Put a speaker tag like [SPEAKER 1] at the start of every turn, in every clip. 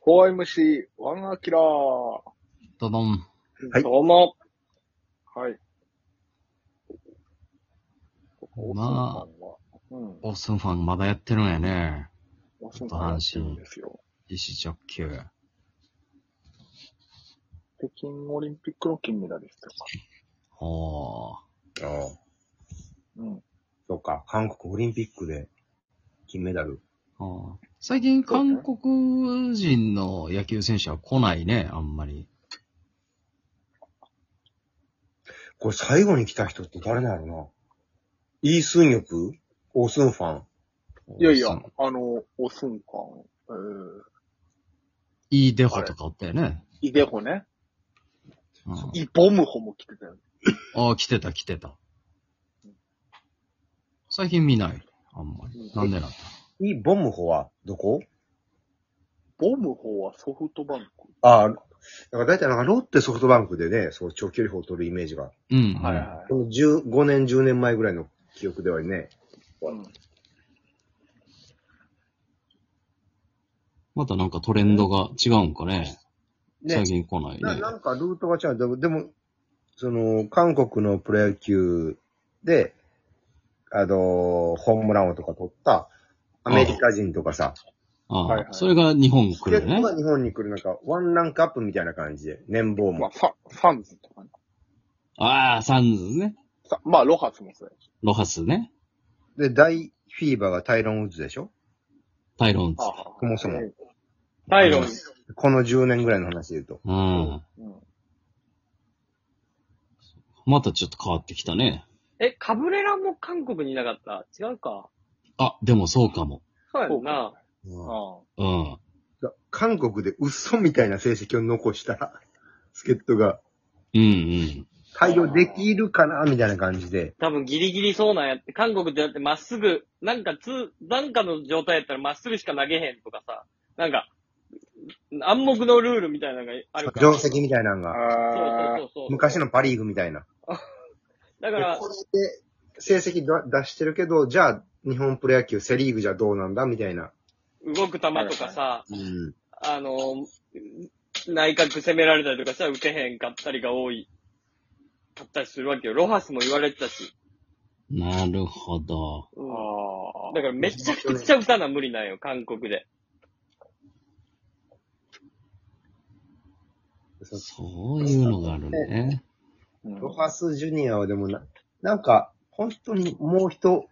[SPEAKER 1] ホワイムシワンアキラー。
[SPEAKER 2] ドドン。
[SPEAKER 3] はい
[SPEAKER 1] どうも。はい。
[SPEAKER 2] まあ
[SPEAKER 1] あ、うん。
[SPEAKER 2] オースンファンまだやってるんやね。
[SPEAKER 1] おすんさん阪神ですよ。
[SPEAKER 2] 石ジョッキュー。
[SPEAKER 1] 北京オリンピックの金メダリストか。
[SPEAKER 2] おー。
[SPEAKER 3] ああ、
[SPEAKER 1] うん。
[SPEAKER 3] そうか。韓国オリンピックで金メダル。
[SPEAKER 2] おー最近韓国人の野球選手は来ないね、あんまり。
[SPEAKER 3] これ最後に来た人って誰なのなイースンヨクオースンファン。
[SPEAKER 1] いやいや
[SPEAKER 2] オースン、
[SPEAKER 1] あの、おすんかん、えー、
[SPEAKER 2] イーデホとかおったよね。
[SPEAKER 1] イデホね。
[SPEAKER 2] うん
[SPEAKER 1] イボムホも来てたよね。
[SPEAKER 2] ああ、来てた来てた。最近見ない。あんまり。なんでなんだ。
[SPEAKER 3] イ・ボムホはどこ
[SPEAKER 1] ボムホはソフトバンク。
[SPEAKER 3] ああ、だから大体なんかロッテソフトバンクでね、その長距離砲を取るイメージが。
[SPEAKER 2] うん。
[SPEAKER 3] この15年、10年前ぐらいの記憶ではね。
[SPEAKER 1] うん。
[SPEAKER 2] またなんかトレンドが違うんかね。
[SPEAKER 3] ね
[SPEAKER 2] 最。近来ない
[SPEAKER 3] な
[SPEAKER 2] ね。
[SPEAKER 3] なんかルートが違う。でも、でもその、韓国のプロ野球で、あの、ホームラン王とか取った、アメリカ人とかさ、
[SPEAKER 2] ああ、
[SPEAKER 1] はいはい
[SPEAKER 2] それが日本来
[SPEAKER 3] 結
[SPEAKER 2] る
[SPEAKER 3] 構
[SPEAKER 2] ね。
[SPEAKER 3] が日本に来るなんか、ワンランクアップみたいな感じで、年俸
[SPEAKER 1] まあ、
[SPEAKER 3] も。
[SPEAKER 1] ファファンズとかね。
[SPEAKER 2] ああ、サンズね。
[SPEAKER 1] さまあ、ロハスもそうやし。
[SPEAKER 2] ロハスね。
[SPEAKER 3] で、大フィーバーがタイロン・ウッズでしょ
[SPEAKER 2] タイロンズ。
[SPEAKER 1] あ
[SPEAKER 3] そもそも
[SPEAKER 1] えータイロンズ。
[SPEAKER 3] この10年ぐらいの話で言うと。
[SPEAKER 2] うん。
[SPEAKER 1] うん
[SPEAKER 2] またちょっと変わってきたね。
[SPEAKER 4] え、カブレラも韓国にいなかった違うか。
[SPEAKER 2] あ、でもそうかも。
[SPEAKER 4] そうやんな。
[SPEAKER 1] あ
[SPEAKER 2] うん。
[SPEAKER 3] 韓国で嘘みたいな成績を残した 助っ人が
[SPEAKER 2] うんうん。
[SPEAKER 3] 対応できるかなみたいな感じで。
[SPEAKER 4] 多分ギリギリそうなんやって。韓国ってだってまっすぐ、なんかつ、なんかの状態やったらまっすぐしか投げへんとかさ。なんか、暗黙のルールみたいなのがあるから。
[SPEAKER 3] 定石みたいなの
[SPEAKER 1] あ
[SPEAKER 3] が。
[SPEAKER 1] あ
[SPEAKER 4] そうそうそうそう。
[SPEAKER 3] 昔。のパリーグみたいな。で
[SPEAKER 4] だから
[SPEAKER 3] こ、れで成績だ出してるけど、じゃあ日本プロ野球セリーグじゃどうなんだみたいな。
[SPEAKER 4] 動く球とかさ、
[SPEAKER 3] うん。
[SPEAKER 4] あの、内角攻められたりとかしたら打てへんかったりが多い。かったりするわけよ。ロハスも言われてたし。
[SPEAKER 2] なるほど。
[SPEAKER 4] う
[SPEAKER 1] ー。
[SPEAKER 4] ん
[SPEAKER 1] ああ。
[SPEAKER 4] だからめちゃくちゃ歌な無理なんよ、韓国で。
[SPEAKER 2] そういうのがあるね。
[SPEAKER 1] うん
[SPEAKER 3] ロハスジュニアはでもな、なんか、本当にもう一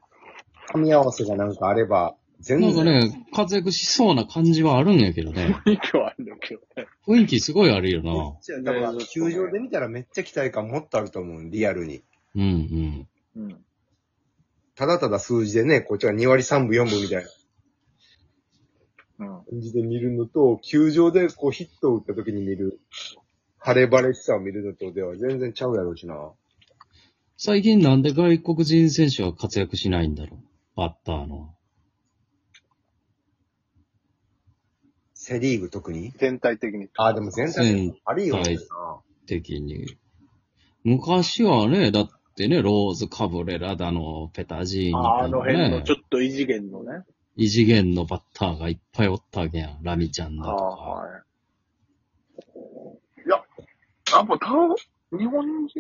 [SPEAKER 3] 噛み合わせがなんかあれば、全
[SPEAKER 2] なんか
[SPEAKER 3] 然、
[SPEAKER 2] ね、活躍しそうな感じはあるんやけどね。
[SPEAKER 1] 雰囲気はあるんだけどね。
[SPEAKER 2] 雰囲気すごいあるよ
[SPEAKER 3] めっ
[SPEAKER 2] な。
[SPEAKER 3] ちゃ、だから球場で見たらめっちゃ期待感もっとあると思う、リアルに。
[SPEAKER 2] うんう
[SPEAKER 1] う
[SPEAKER 2] ん。
[SPEAKER 1] ん。
[SPEAKER 3] ただただ数字でね、こっちは2割3分4分みたいな。
[SPEAKER 1] うん。
[SPEAKER 3] 感じで見るのと、球場でこうヒットを打った時に見る、晴れ晴れしさを見るのとでは全然ちゃうやろうしな。
[SPEAKER 2] 最近なんで外国人選手は活躍しないんだろう。バッターの。
[SPEAKER 3] セリーグ特に。
[SPEAKER 1] 全体的に。
[SPEAKER 3] ああ、でも全体的にあるよ
[SPEAKER 2] は。
[SPEAKER 3] ない
[SPEAKER 2] 的に。昔はね、だってね、ローズ・カブレラだの、ペタジーニだ
[SPEAKER 1] ああの辺の
[SPEAKER 2] ね
[SPEAKER 1] ちょっと異次元のね。
[SPEAKER 2] 異次元のバッターがいっぱいおったわけやん。ラミちゃんだ
[SPEAKER 1] あ
[SPEAKER 2] と
[SPEAKER 1] あ、
[SPEAKER 2] か。
[SPEAKER 1] はい。いや、やっぱた日本人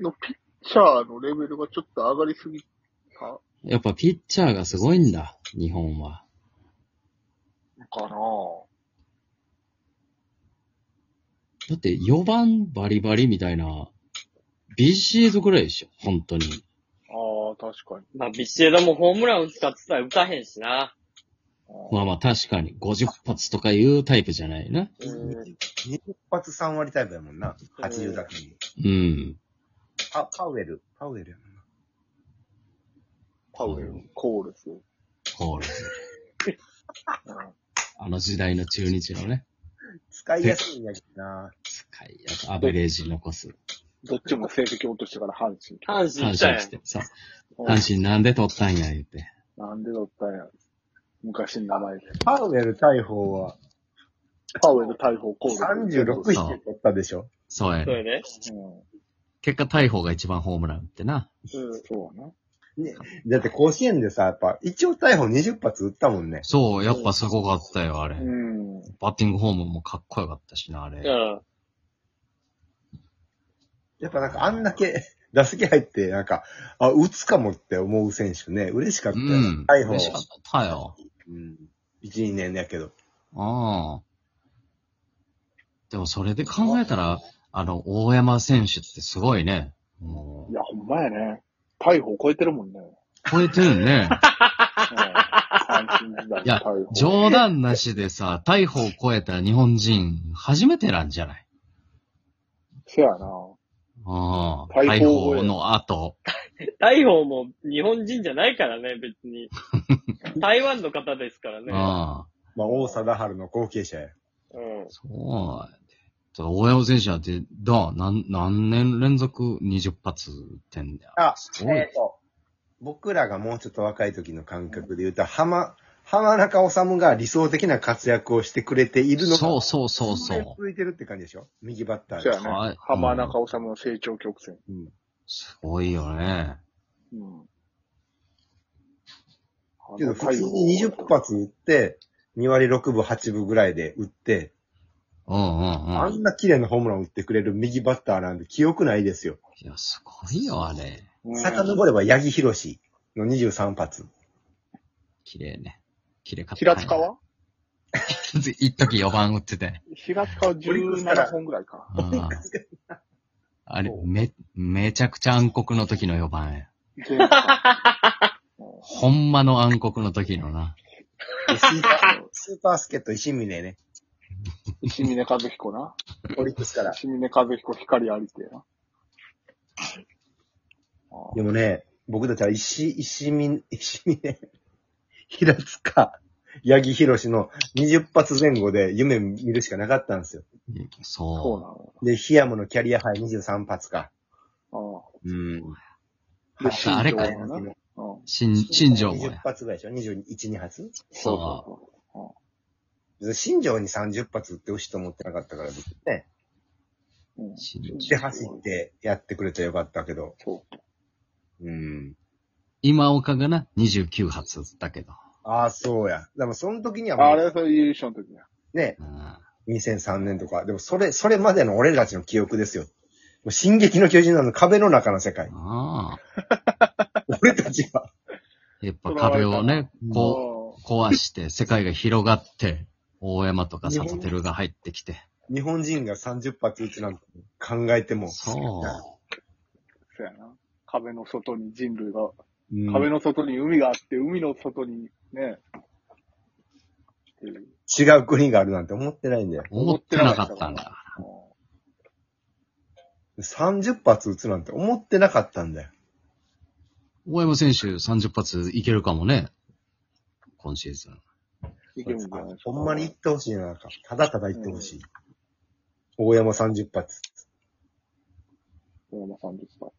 [SPEAKER 1] のピッチャーのレベルがちょっと上がりすぎたの
[SPEAKER 2] やっぱピッチャーがすごいんだ、日本は。
[SPEAKER 1] かな
[SPEAKER 2] だって4番バリバリみたいな、ビシーズぐらいでしょ、本当に。
[SPEAKER 1] ああ、確かに。
[SPEAKER 4] まあ、ビシエドもホームラン打つかって言ったら打たへんしな。
[SPEAKER 2] まあまあ確かに50発とかいうタイプじゃないな。
[SPEAKER 1] えー
[SPEAKER 3] 20発3割タイプやもんな。80だけに。
[SPEAKER 2] うん。
[SPEAKER 3] あ、パウエル。パウエルやもんな。
[SPEAKER 1] パウエル、コールス。
[SPEAKER 2] ホールズ。あの時代の中日のね、
[SPEAKER 3] 使いやすいんやけどな。
[SPEAKER 2] 使いやすアベレージ残す。
[SPEAKER 1] どっちも成績落としてから阪神。
[SPEAKER 4] 阪神
[SPEAKER 2] 阪
[SPEAKER 4] 来たや
[SPEAKER 2] 神
[SPEAKER 4] ん
[SPEAKER 2] 来。て。さ、阪神なんで取ったんや、言って。
[SPEAKER 1] なんでだったんや。昔の名前で。
[SPEAKER 3] パウエル大砲は
[SPEAKER 1] パウエル、大砲、コールス。
[SPEAKER 3] 36位取ったでしょ。
[SPEAKER 2] そうや
[SPEAKER 4] そう
[SPEAKER 2] ね。
[SPEAKER 4] やね。
[SPEAKER 1] うん。
[SPEAKER 2] 結果、大砲が一番ホームラン打ってな。
[SPEAKER 1] そうやな。
[SPEAKER 3] だって甲子園でさ、やっぱ、一応逮捕20発撃ったもんね。
[SPEAKER 2] そう、やっぱすごかったよ、あれ
[SPEAKER 1] う。ん。
[SPEAKER 2] バッティングフォームもかっこよかったしな、あれ。
[SPEAKER 4] うん。
[SPEAKER 3] やっぱなんかあんだけ 打席入って、なんか、あ、打つかもって思う選手ね、嬉しかっ
[SPEAKER 2] う
[SPEAKER 3] たよ。
[SPEAKER 2] ん。
[SPEAKER 3] 逮捕
[SPEAKER 2] 嬉。しかったよ。
[SPEAKER 3] うん。1、2年やけど。
[SPEAKER 2] ああ。でもそれで考えたら、あの、大山選手ってすごいね。も、
[SPEAKER 1] いうや、ほんまやね。逮捕を超えてるもんね。
[SPEAKER 2] 超えてる ね。
[SPEAKER 1] 阪神時代
[SPEAKER 2] いや
[SPEAKER 1] の逮捕。
[SPEAKER 2] 冗談なしでさ、逮捕を超えた日本人、初めてなんじゃない
[SPEAKER 1] せやな。
[SPEAKER 2] ああ。
[SPEAKER 1] 逮
[SPEAKER 2] 逮
[SPEAKER 1] 捕を
[SPEAKER 2] 捕の後。
[SPEAKER 4] 大鵬も日本人じゃないからね、別 に。台湾の方ですからね。
[SPEAKER 2] ああ。
[SPEAKER 3] まあ、王貞治の後継者や。
[SPEAKER 4] うん。
[SPEAKER 2] そうなんやで。だから大山選手なんて、だ、なん何年連続20発打ってんだよ。
[SPEAKER 3] あ、
[SPEAKER 2] すごい
[SPEAKER 3] えっと、僕らがもうちょっと若い時の感覚で言うと、浜、浜中治が理想的な活躍をしてくれているのが、
[SPEAKER 2] そうそうそうそう
[SPEAKER 3] 年々。続いてるって感じでしょ右バッター
[SPEAKER 1] せ
[SPEAKER 3] で
[SPEAKER 1] や。
[SPEAKER 2] はい
[SPEAKER 1] ね。浜中治の成長曲線。
[SPEAKER 3] うん。
[SPEAKER 2] すごいよね。
[SPEAKER 1] うん。
[SPEAKER 3] けど、普通に20発打って、2割6分8分ぐらいで打って、
[SPEAKER 2] うんうんう
[SPEAKER 3] あ
[SPEAKER 2] ん。
[SPEAKER 3] んな綺麗なホームラン打ってくれる右バッターなんて記憶ないですよ。
[SPEAKER 2] いや、すごいよ、あれ。
[SPEAKER 3] 遡れば、八木博士の23発。
[SPEAKER 2] 綺麗ね。綺麗かった。
[SPEAKER 1] 平塚は
[SPEAKER 2] 一時4番打ってて。
[SPEAKER 1] 平塚は17本ぐらい か。
[SPEAKER 2] うんあれ
[SPEAKER 3] そ、う
[SPEAKER 2] め、めちゃくちゃ暗黒の時の4番や。
[SPEAKER 1] 全部か
[SPEAKER 2] ほんまの暗黒の時のな。
[SPEAKER 3] でスーパー、スーパースケット石峰ね。
[SPEAKER 1] 石峰和彦な。
[SPEAKER 3] オリックスから。
[SPEAKER 1] 石峰和彦光ありてえな。ああ
[SPEAKER 3] でもね、僕たちは石、石見、石見ね、平塚、八木博の20発前後で夢見るしかなかったんですよ。
[SPEAKER 1] そう
[SPEAKER 2] そ
[SPEAKER 1] なの
[SPEAKER 3] で、檜山のキャリアハイ23発か。
[SPEAKER 1] よ。
[SPEAKER 3] うん。
[SPEAKER 1] ああ。で
[SPEAKER 2] ああれか
[SPEAKER 1] 新庄もなうん
[SPEAKER 2] う。新、新庄も
[SPEAKER 3] 20
[SPEAKER 2] や。
[SPEAKER 3] 発ぐらいでしょ ?21、2発
[SPEAKER 1] そう
[SPEAKER 2] そ
[SPEAKER 1] そ
[SPEAKER 3] 新庄に30発打ってほしいと思ってなかったから、僕ね。
[SPEAKER 1] うそう。うん
[SPEAKER 2] う。新
[SPEAKER 3] で、走ってやってくれたらよかったけど。
[SPEAKER 1] そう。
[SPEAKER 3] うん。
[SPEAKER 2] 今岡がな、29発打ったけど。
[SPEAKER 3] ああ、そうや。でも、その時にはも
[SPEAKER 1] あ
[SPEAKER 3] う、
[SPEAKER 1] れ、それ優勝の時や。
[SPEAKER 3] ね、
[SPEAKER 2] うん
[SPEAKER 3] 2003年とか。でも、それ、それまでの俺たちの記憶ですよ。もう進撃の巨人のあの壁の中の 世界。
[SPEAKER 2] ああ。
[SPEAKER 3] 俺たちは。
[SPEAKER 2] やっぱ壁をね、こう、壊して、世界が広がって、大山とかサボテルが入ってきて。
[SPEAKER 3] 日本人が30発撃つなんて考えても。
[SPEAKER 2] そう。
[SPEAKER 1] うん。そうやな。壁の外に人類が、
[SPEAKER 3] うん
[SPEAKER 1] 壁の外に海があって、海の外にね、っていう
[SPEAKER 3] 違う国があるなんて思ってないんだよ。
[SPEAKER 2] 思ってなかったんだ。
[SPEAKER 3] 30発撃つなんて思ってなかったんだよ。
[SPEAKER 2] 大山選手30発いけるかもね。今シーズン。
[SPEAKER 1] いけるんじゃないですか。
[SPEAKER 3] ほんまに行ってほしいな、なんか。ただただ行ってほしい。大山30発。
[SPEAKER 1] 大山30歳。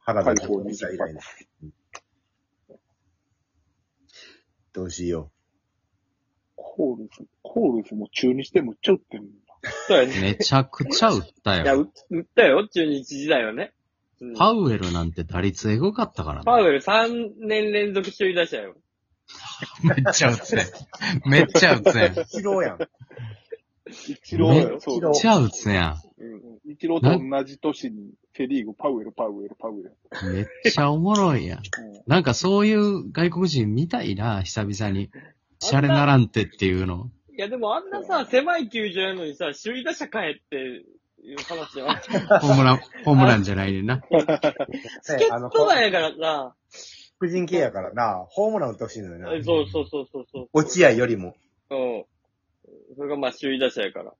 [SPEAKER 3] 原田
[SPEAKER 1] はいこう
[SPEAKER 3] 以来の。うんどうしよ
[SPEAKER 1] コールス、コールスも中日でもちゃ打ってんだ。
[SPEAKER 4] そうやね。
[SPEAKER 2] めちゃくちゃ打った
[SPEAKER 4] いや、
[SPEAKER 2] よ。
[SPEAKER 4] う打ったよ、中日時代はね。うん
[SPEAKER 2] パウエルなんて打率エゴかったから
[SPEAKER 4] パウエ
[SPEAKER 2] ね。
[SPEAKER 4] ル3年連続首位打者よ。
[SPEAKER 2] めっちゃ打つね。めっちゃ打つね。
[SPEAKER 3] う。一郎やん。
[SPEAKER 1] 一郎
[SPEAKER 2] め
[SPEAKER 1] そう
[SPEAKER 3] 一
[SPEAKER 2] め
[SPEAKER 3] 郎
[SPEAKER 2] っちゃ打つや
[SPEAKER 1] うん。イチローと同じ年に、セリーグ、パウエル、パウエル、パウエル。
[SPEAKER 2] ん。めっちゃおもろいやん。なんかそういう外国人見たいな、久々に。シャレならんてっていうの。
[SPEAKER 4] いや、でもあんなさ、狭い球場やのにさ、首位打者帰って、いう話 じゃなくて。
[SPEAKER 2] ホームラン、ホームランじゃないねんな。
[SPEAKER 4] 助っ
[SPEAKER 3] あの、
[SPEAKER 4] 人なんやからさ、
[SPEAKER 3] 黒人系やからな、ホームラン打ってほしいのよな。
[SPEAKER 4] そうそうそうそうそう。
[SPEAKER 3] 落合よりも。
[SPEAKER 4] うん。それがまあ首位打者やから。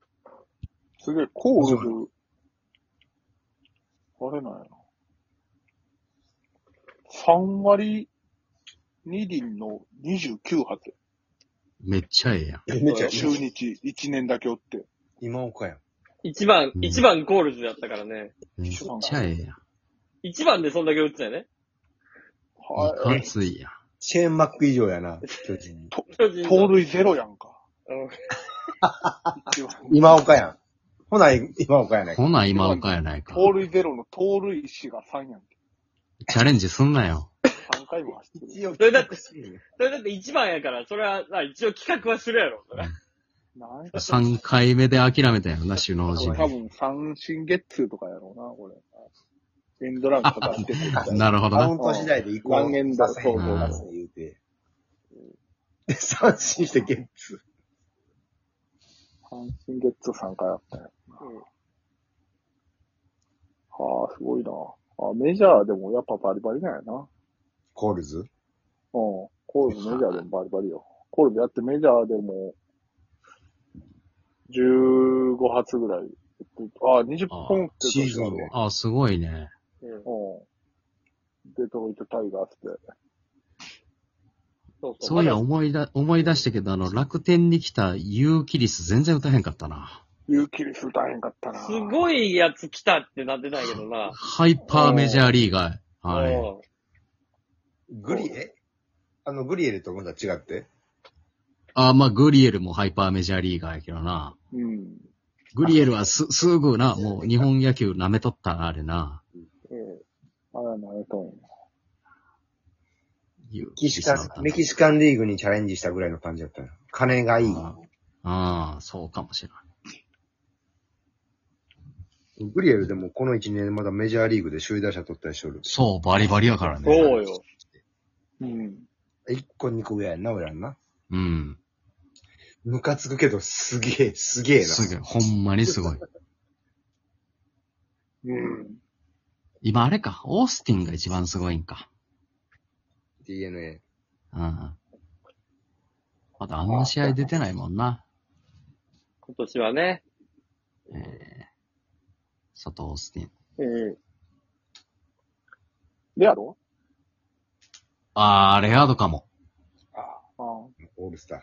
[SPEAKER 1] すげえ、コールズ、あれなんやな。3割2輪の29発。
[SPEAKER 2] めっちゃええやん。
[SPEAKER 3] え
[SPEAKER 1] 中
[SPEAKER 3] めっちゃ
[SPEAKER 1] 日1年だけおって。
[SPEAKER 3] 今岡やん。
[SPEAKER 4] 一番、
[SPEAKER 2] うん
[SPEAKER 4] 一番コールズやったからね。
[SPEAKER 2] めっちゃええやん。
[SPEAKER 4] 一番でそんだけ打ってたよね。
[SPEAKER 1] はい
[SPEAKER 2] かついやん。
[SPEAKER 3] シェーン・マック以上やな、巨人。
[SPEAKER 4] 巨
[SPEAKER 1] い。
[SPEAKER 4] 人
[SPEAKER 1] 盗
[SPEAKER 4] の。
[SPEAKER 1] 塁ゼロやんか。
[SPEAKER 4] うん
[SPEAKER 1] 一番
[SPEAKER 3] 今岡やん。 ほな、今岡やないか。
[SPEAKER 2] ほな、今岡やないか。
[SPEAKER 1] 盗塁ゼロの盗塁死が3やんけ。
[SPEAKER 2] チャレンジすんなよ。
[SPEAKER 1] 3回も走ってる。
[SPEAKER 3] 一応、
[SPEAKER 4] それだって
[SPEAKER 3] す
[SPEAKER 4] それだって一番やから、それは、あ一応企画はするやろ。それ
[SPEAKER 1] 何
[SPEAKER 2] 3回目で諦めたよな、首脳陣
[SPEAKER 1] これ。多分三振ゲッツーとかやろうな、これ。エンドランかかってるみたいな。
[SPEAKER 2] なるほど
[SPEAKER 3] カ
[SPEAKER 2] な
[SPEAKER 3] ウ。ント次第で一個
[SPEAKER 1] 断言だ
[SPEAKER 3] 出せへん
[SPEAKER 2] そう
[SPEAKER 3] 出せへん言うて。で、三振してゲッツ。
[SPEAKER 1] 三振ゲッツー3回あったよ。はあ、すごいな。あメジャーでもやっぱバリバリなんやな。うん。
[SPEAKER 3] コールズ
[SPEAKER 1] コールズメジャーでもバリバリよ。コールズやってメジャーでも、15発ぐらい。あ、20本って
[SPEAKER 3] シーズンで。
[SPEAKER 2] ああ、すごいね。
[SPEAKER 1] うん。デトロイトタイガースで。
[SPEAKER 4] そうそう。
[SPEAKER 2] そういや、
[SPEAKER 4] まだ
[SPEAKER 2] 思いだ、思い出したけど、あの、楽天に来たユーキリス全然歌えへんかったな。
[SPEAKER 1] ユーキリス大変かったな。
[SPEAKER 4] すごいやつ来たってなってないけどな。
[SPEAKER 2] ハイパーメジャーリーガー。はい。
[SPEAKER 4] うん
[SPEAKER 3] グリエあの、グリエルとまた違って。
[SPEAKER 2] ああ、まあ、グリエルもハイパーメジャーリーガーやけどな。
[SPEAKER 1] うん。
[SPEAKER 2] グリエルはす、すぐな、もう日本野球舐めとったな、あれな。
[SPEAKER 1] ええあら、なれとんや。
[SPEAKER 2] ユー
[SPEAKER 3] メキシカ
[SPEAKER 2] の
[SPEAKER 3] ン
[SPEAKER 2] 歌、
[SPEAKER 3] メキシカンリーグにチャレンジしたぐらいの感じだったよ。金がいい。
[SPEAKER 2] ああああ、そうかもしれない。
[SPEAKER 3] グリエルでもこの1年まだメジャーリーグで首位打者取ったりしとる。
[SPEAKER 2] そう、バリバリやからね。
[SPEAKER 4] そうよ。
[SPEAKER 1] うん。
[SPEAKER 3] 1個2個ぐらいやんな、俺らんな。
[SPEAKER 2] うん。
[SPEAKER 3] ムカつくけど、すげえ、すげえな。
[SPEAKER 2] すげえ、ほんまにすごい。
[SPEAKER 1] うん。
[SPEAKER 2] 今あれか、オースティンが一番すごいんか。
[SPEAKER 3] DNA。
[SPEAKER 2] うん。まだあんな試合出てないもんな。
[SPEAKER 4] 今年はね。
[SPEAKER 2] えー、佐藤オースティン。
[SPEAKER 1] ええレアロ
[SPEAKER 2] あー、レアードかも。
[SPEAKER 1] ああ。
[SPEAKER 3] オールスター。